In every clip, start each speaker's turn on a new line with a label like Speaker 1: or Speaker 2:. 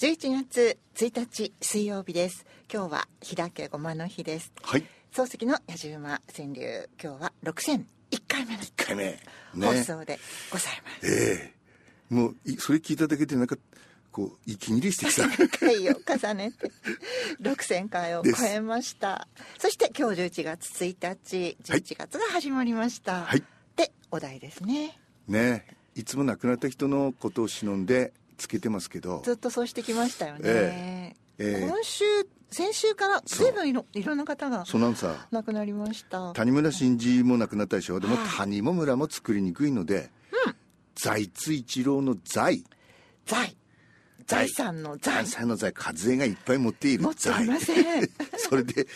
Speaker 1: 11月1日水曜日です今日は日だけごまの日です
Speaker 2: はい。
Speaker 1: 漱石の野じ馬川柳今日は6戦1回目の
Speaker 2: 一回目。ね。
Speaker 1: 放送でございます、
Speaker 2: ええもうい、それ聞いただけで、なんか、こう、息切れして きた。
Speaker 1: 回を重ねて6000回を超えましたそして今日11月1日
Speaker 2: はい
Speaker 1: 11月が始まりました、
Speaker 2: はい
Speaker 1: でお題ですね
Speaker 2: ねえいつも亡くなった人のことを忍んでつけてますけど、
Speaker 1: ずっとそうしてきましたよね、
Speaker 2: えええ
Speaker 1: 今週先週から随分いろいろんな方が
Speaker 2: そのなんさ、
Speaker 1: 亡くなりました
Speaker 2: 谷村新司も亡くなったでしょ。でも、
Speaker 1: はい
Speaker 2: 谷も村も作りにくいので、財津一郎の財、
Speaker 1: 財財産の財
Speaker 2: 財産の財、風がいっぱい持っている
Speaker 1: 持っていま
Speaker 2: 財。
Speaker 1: せん
Speaker 2: それで、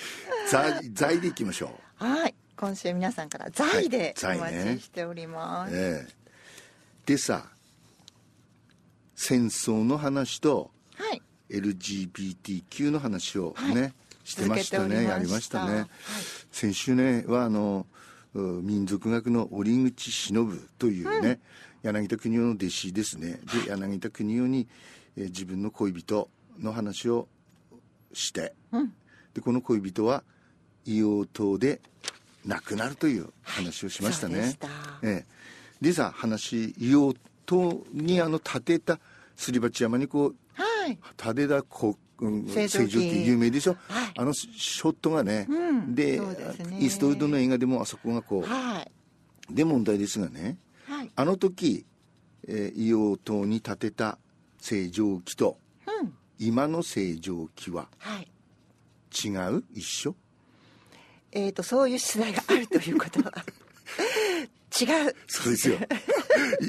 Speaker 2: 財、財でいきましょ
Speaker 1: はい今週皆さんから財で
Speaker 2: はい
Speaker 1: お
Speaker 2: 財ね
Speaker 1: 待ちしておりま
Speaker 2: う。
Speaker 1: す、
Speaker 2: ええでさ、戦争の話と、
Speaker 1: はい
Speaker 2: LGBTQ の話を
Speaker 1: はい
Speaker 2: ね、してました
Speaker 1: 続け
Speaker 2: ね
Speaker 1: ておりました
Speaker 2: やりましたね、
Speaker 1: はい
Speaker 2: 先週ねはあのう民族学の折口忍というね、柳田国男の弟子ですねで柳田国男に、えー自分の恋人の話をして、
Speaker 1: うん
Speaker 2: でこの恋人は硫黄島で亡くなるという話をしましたね、
Speaker 1: そうでした
Speaker 2: ええ、でさ話硫黄島にあの建てたすり鉢山にこう
Speaker 1: はい
Speaker 2: 蓼田こ、うん、
Speaker 1: 製
Speaker 2: 成
Speaker 1: 造
Speaker 2: 城
Speaker 1: 機
Speaker 2: 機有名でしょ、
Speaker 1: はい
Speaker 2: あのショットがね、
Speaker 1: うん
Speaker 2: で
Speaker 1: そうですね
Speaker 2: イーストウッドの映画でもあそこがこ
Speaker 1: はいう
Speaker 2: で問題ですがね
Speaker 1: はい
Speaker 2: あの時、えー硫黄島に建てた成城機と
Speaker 1: うん
Speaker 2: 今の成城機は
Speaker 1: はい
Speaker 2: 違う一緒
Speaker 1: えー、とそういう取材があるということは 違う
Speaker 2: そうですよ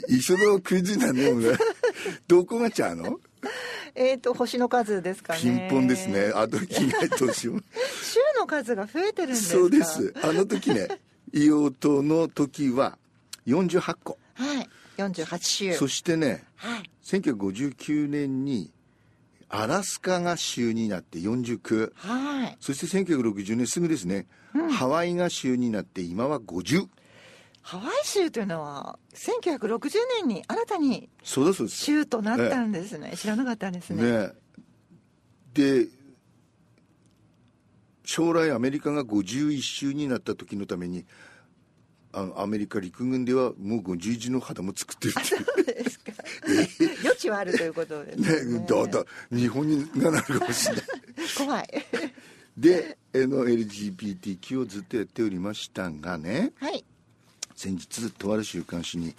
Speaker 2: い 一緒のクイズなんで もねどこがちゃうの
Speaker 1: えー、と星の数ですかね
Speaker 2: ピンポンですねあと意外としよう
Speaker 1: 週の数が増えてるんですか
Speaker 2: そうですあの時ね硫黄島の時は48個
Speaker 1: はい48週
Speaker 2: そしてね
Speaker 1: はい
Speaker 2: 1959年にアラスカが州になって49
Speaker 1: はい
Speaker 2: そして1960年すぐですね、ハワイが州になって今は50
Speaker 1: ハワイ州というのは1960年に新たに
Speaker 2: そうだそうです
Speaker 1: 州となったんですね、知らなかったんですね
Speaker 2: ねで将来アメリカが51州になった時のためにあのアメリカ陸軍ではもう51の旗も作ってるっていう
Speaker 1: そうですか余地はあるということですね
Speaker 2: ねだだ日本にがなるかもしれない
Speaker 1: 怖い
Speaker 2: であの LGBTQ をずっとやっておりましたがね
Speaker 1: はい
Speaker 2: 先日とある週刊誌に、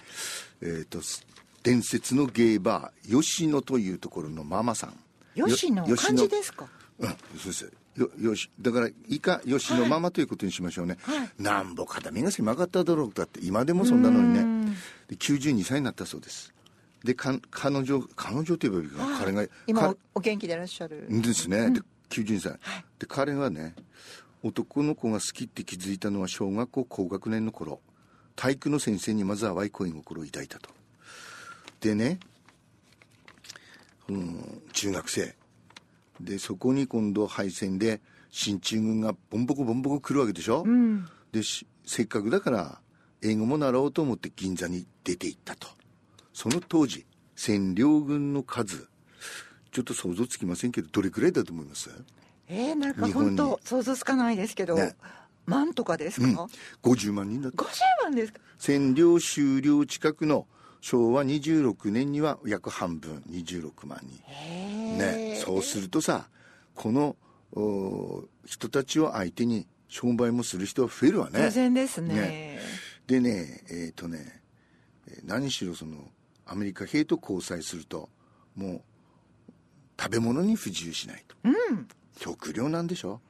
Speaker 2: えー、とす伝説のゲイバー吉野というところのママさん
Speaker 1: 吉野
Speaker 2: よ
Speaker 1: 漢字ですか
Speaker 2: うんそうですよよしだから以下吉野ママということにしましょうね、
Speaker 1: はい
Speaker 2: なんぼ片目が狭かっただろうだって今でもそんなのにねで92歳になったそうですでか彼女彼女といえばいいかな彼が
Speaker 1: 今
Speaker 2: か
Speaker 1: おお元気でいらっしゃる
Speaker 2: ですね、で92歳で彼はね男の子が好きって気づいたのは小学校高学年の頃体育の先生にまず淡い恋心を抱いたとでね、うん、中学生でそこに今度敗戦で進駐軍がボンボコボンボコ来るわけでしょ、
Speaker 1: うん
Speaker 2: でしせっかくだから英語も習おうと思って銀座に出て行ったとその当時占領軍の数ちょっと想像つきませんけどどれくらいだと思います
Speaker 1: えー、なんか
Speaker 2: 日本
Speaker 1: 本
Speaker 2: に
Speaker 1: 当想像つかないですけど、
Speaker 2: ね
Speaker 1: 万とかですか、
Speaker 2: 50万人だった
Speaker 1: 50万ですか
Speaker 2: 占領終了近くの昭和26年には約半分26万人ね、そうするとさこのお人たちを相手に商売もする人は増えるわね
Speaker 1: 当然ですね
Speaker 2: ねでねえっ、とねえー何しろそのアメリカ兵と交際するともう食べ物に不自由しないと
Speaker 1: うん
Speaker 2: 食料なんでしょ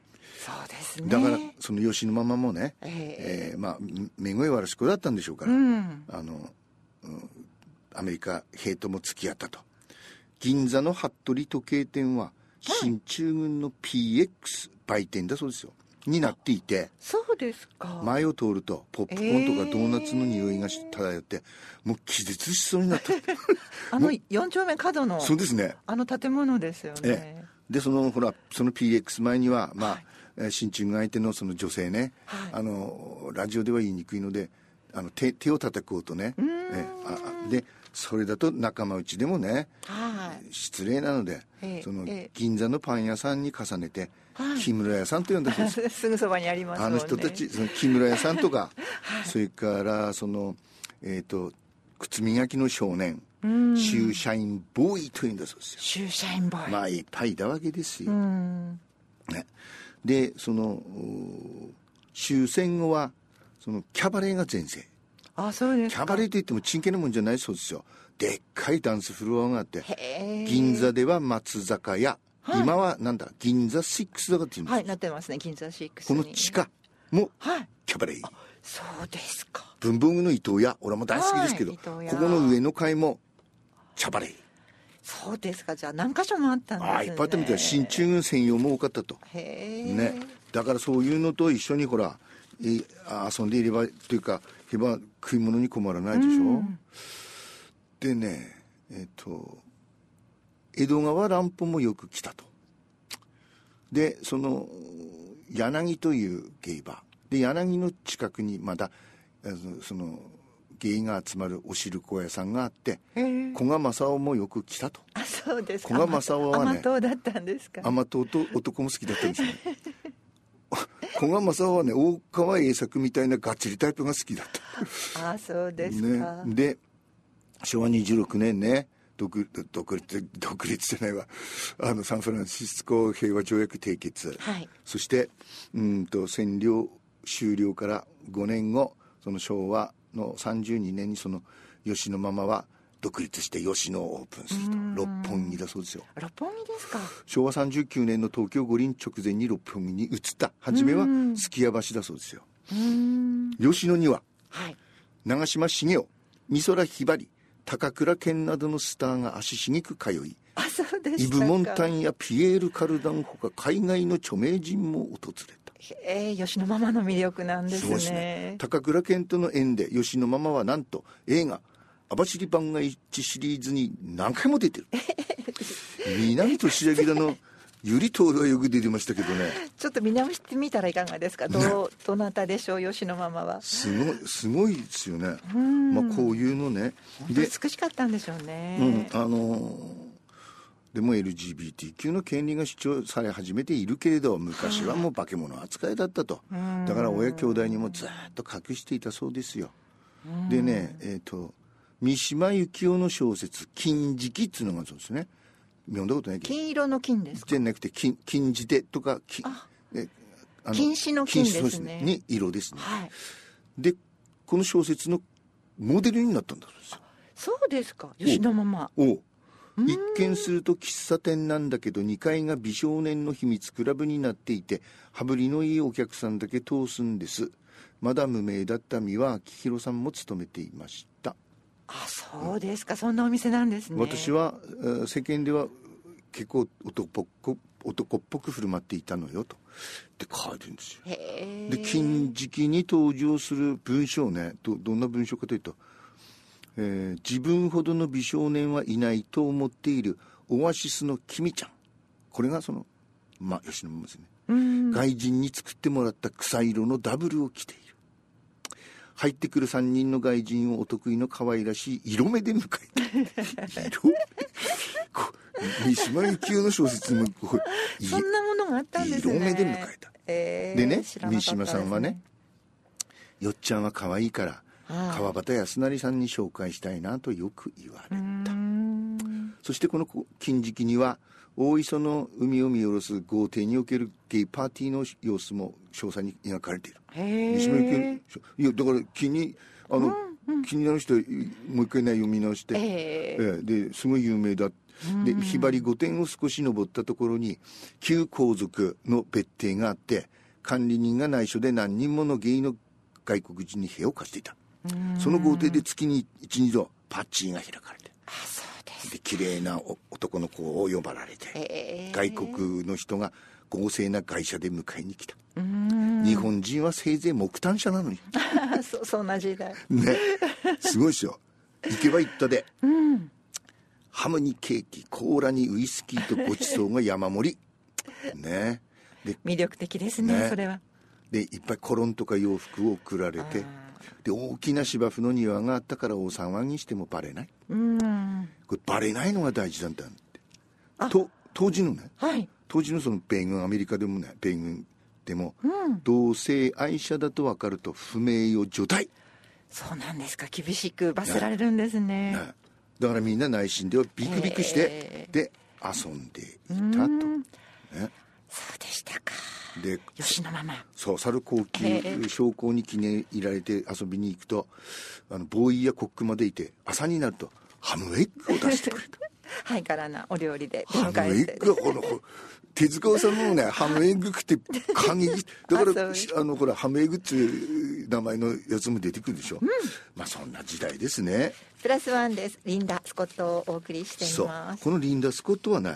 Speaker 1: そうですね
Speaker 2: だからその吉野ママもね、
Speaker 1: えー
Speaker 2: えーまあめめごいわらし子だったんでしょうから、
Speaker 1: うん
Speaker 2: あの、うんアメリカ兵とも付き合ったと銀座の服部時計店は進駐軍の PX 売店だそうですよになっていて
Speaker 1: そうですか、
Speaker 2: 前を通るとポップコーンとかドーナツの匂いがし
Speaker 1: えー
Speaker 2: 漂ってもう気絶しそうになった
Speaker 1: あの4丁目角の
Speaker 2: そうですね
Speaker 1: あの建物ですよね、
Speaker 2: えでそのほらその PX 前にはまあ、えー進駐軍相手のその女性ね、
Speaker 1: はい
Speaker 2: あのラジオでは言いにくいのであの手手を叩こうとね、えーああでそれだと仲間内でもね
Speaker 1: はい
Speaker 2: 失礼なので、
Speaker 1: ええ
Speaker 2: その
Speaker 1: ええ
Speaker 2: 銀座のパン屋さんに重ねて、
Speaker 1: はい
Speaker 2: 木村屋さんと呼んだそうです
Speaker 1: す ぐそばにありますも
Speaker 2: あ
Speaker 1: ん
Speaker 2: の
Speaker 1: ね
Speaker 2: 人たち、その木村屋さん とか、それからその、えっ、と、靴磨きの少年、シューシャインボーイというんだそうですよ。
Speaker 1: シューシャインボーイ、
Speaker 2: まあ、いっぱいいたわけですよ。
Speaker 1: うん
Speaker 2: ね、で、その、お終戦後は、そのキャバレーが全盛。
Speaker 1: あそうで
Speaker 2: キ
Speaker 1: す
Speaker 2: ャ
Speaker 1: か
Speaker 2: バレーといってもちんけなもんじゃないそうですよ。でっかいダンスフロアがあって、
Speaker 1: へー
Speaker 2: 銀座では松坂屋、今はなんだ、銀座6だかって言うんですよ、
Speaker 1: はいなってますね銀座シックス
Speaker 2: こ
Speaker 1: に
Speaker 2: の地下も
Speaker 1: はい
Speaker 2: キャバレー。
Speaker 1: そうですか
Speaker 2: 文房具の伊藤屋俺も大好きですけど、
Speaker 1: はい
Speaker 2: こ
Speaker 1: 伊藤屋
Speaker 2: この上の階も茶バレー
Speaker 1: そうですかじゃあ何箇所もあったんですね
Speaker 2: ああいっぱいあったみたい進駐軍専用も多かったと、
Speaker 1: へえ
Speaker 2: ねだからそういうのと一緒にほらいあ遊んでいればというかへば食い物に困らないでしょ、でねえっと江戸川乱歩もよく来たとでその柳という芸場で柳の近くにまだあのその芸が集まるお汁粉屋さんがあって古賀正雄もよく来たと
Speaker 1: あそうですか
Speaker 2: 古賀政男はね
Speaker 1: 甘党だったんですか
Speaker 2: 甘党と男も好きだったんですよね 古賀正雄はね大川栄作みたいながっちりタイプが好きだった
Speaker 1: あそうです
Speaker 2: ね
Speaker 1: か、、
Speaker 2: で昭和26年ね独独立独立じゃないわあのサンフランシスコ平和条約締結、
Speaker 1: はい
Speaker 2: そしてうんと占領終了から5年後その昭和の32年にその吉野ママは独立して吉野をオープンすると六本木だそうですよ
Speaker 1: 六本木ですか
Speaker 2: 昭和39年の東京五輪直前に六本木に移った初めは数寄屋橋だそうですよ
Speaker 1: うーん
Speaker 2: 吉野には
Speaker 1: はい
Speaker 2: 長嶋茂雄美空ひばり高倉健などのスターが足しげく通い
Speaker 1: あそうで
Speaker 2: イ
Speaker 1: した
Speaker 2: ブ・
Speaker 1: か
Speaker 2: モンタンやピエール・カルダンほか海外の著名人も訪れた
Speaker 1: えー、吉野ママの魅力なんですね
Speaker 2: 高倉健との縁で吉野ママはなんと映画「網走番外地」シリーズに何回も出 てる南と白木田のゆり徹はよく出てましたけどね
Speaker 1: ちょっと見直してみたらいかがですかどうどなたでしょう吉野ママは
Speaker 2: すごいすごいですよね、まあ、こういうのね
Speaker 1: 本当
Speaker 2: で
Speaker 1: に美しかったんでしょうね、
Speaker 2: うん、あのーでも LGBTQ の権利が主張され始めているけれど昔はもう化け物扱いだったとだから親兄弟にもずっと隠していたそうですよでねえっ、と三島由紀夫の小説「金色」っつうのがそうですね読んだことないけど
Speaker 1: 金色の金ですか
Speaker 2: じゃなくて金金字でとか金えあの
Speaker 1: 禁止の金ですね
Speaker 2: 禁止そうに色ですね
Speaker 1: はい
Speaker 2: でこの小説のモデルになったんだそうですよ
Speaker 1: そうですか吉野ママ
Speaker 2: おう一見すると喫茶店なんだけど2階が美少年の秘密クラブになっていて羽振りのいいお客さんだけ通すんですまだ無名だった三輪明宏さんも務めていました、
Speaker 1: あそうですかそんなお店なんですね
Speaker 2: 私は、えー世間では結構男っぽく男っぽく振る舞っていたのよとって書いてるんですよ
Speaker 1: へ
Speaker 2: で金色に登場する文章ねどどんな文章かというと、えー自分ほどの美少年はいないと思っているオアシスの君ちゃんこれがそのまあ吉野ママですね、外人に作ってもらった草色のダブルを着ている入ってくる3人の外人をお得意の可愛らしい色目で迎 えた色目こ三島由紀夫の小説もこうい
Speaker 1: そんなものがあったんですね
Speaker 2: 色目で迎えた
Speaker 1: えー
Speaker 2: でね
Speaker 1: 知らなか
Speaker 2: 三
Speaker 1: った
Speaker 2: 島
Speaker 1: です
Speaker 2: さんはねよっちゃんは可愛いから
Speaker 1: はい
Speaker 2: 川端康成さんに紹介したいなとよく言われたそしてこの金色には大磯の海を見下ろす豪邸におけるゲイパーティーの様子も詳細に描かれている
Speaker 1: へ
Speaker 2: 三島由
Speaker 1: え
Speaker 2: 紀夫いやだから気にあの、気になる人いもう一回ね読み直して、
Speaker 1: え
Speaker 2: ええですごい有名だでひばり御殿を少し登ったところに旧皇族の別邸があって管理人が内緒で何人もの芸の外国人に部屋を貸していたその豪邸で月に12度パッチーが開かれて
Speaker 1: あそうです
Speaker 2: で綺麗なお男の子を呼ばられて
Speaker 1: へえ
Speaker 2: 外国の人が豪勢な外車で迎えに来た
Speaker 1: うーん
Speaker 2: 日本人はせいぜい木炭車なのに
Speaker 1: あそそんな時代
Speaker 2: ねすごいですよ行けば行ったで、ハムにケーキコーラにウイスキーとごちそうが山盛りねで
Speaker 1: 魅力的ですね
Speaker 2: ね
Speaker 1: それは
Speaker 2: でいっぱいコロンとか洋服を送られてで大きな芝生の庭があったから大騒ぎしてもバレない
Speaker 1: うん
Speaker 2: これバレないのが大事なんだ
Speaker 1: あ
Speaker 2: ってと当時のね
Speaker 1: はい
Speaker 2: 当時のその米軍アメリカでもね米軍でも、
Speaker 1: うん
Speaker 2: 同性愛者だと分かると不名誉除隊、
Speaker 1: そうなんですか厳しく罰せられるんですね
Speaker 2: ねだからみんな内心ではビクビクして、
Speaker 1: え
Speaker 2: で遊んでいたと、
Speaker 1: うん
Speaker 2: ね、
Speaker 1: そうでしたか
Speaker 2: で
Speaker 1: 吉野ママ
Speaker 2: そう猿高級
Speaker 1: ええ
Speaker 2: 将校に気に入られて遊びに行くとあのボーイやコックまでいて朝になるとハムエッグを出してくれた
Speaker 1: ハイカラなお料理で出
Speaker 2: ハムエ
Speaker 1: 迎えて
Speaker 2: ッグはこのこ手塚治虫もねハムエッグ食って感激だから
Speaker 1: あそ
Speaker 2: あのほらハムエッグっていう名前のやつも出てくるでしょ、まあそんな時代ですね
Speaker 1: プラスワンですリンダ・スコットをお送りしています
Speaker 2: このリンダ・スコットはね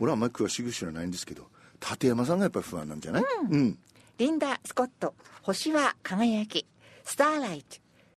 Speaker 2: 俺はあんまり詳しく知らないんですけど立山さんがやっぱり不安なんじゃないうん、
Speaker 1: リンダ・スコット星は輝きスターライト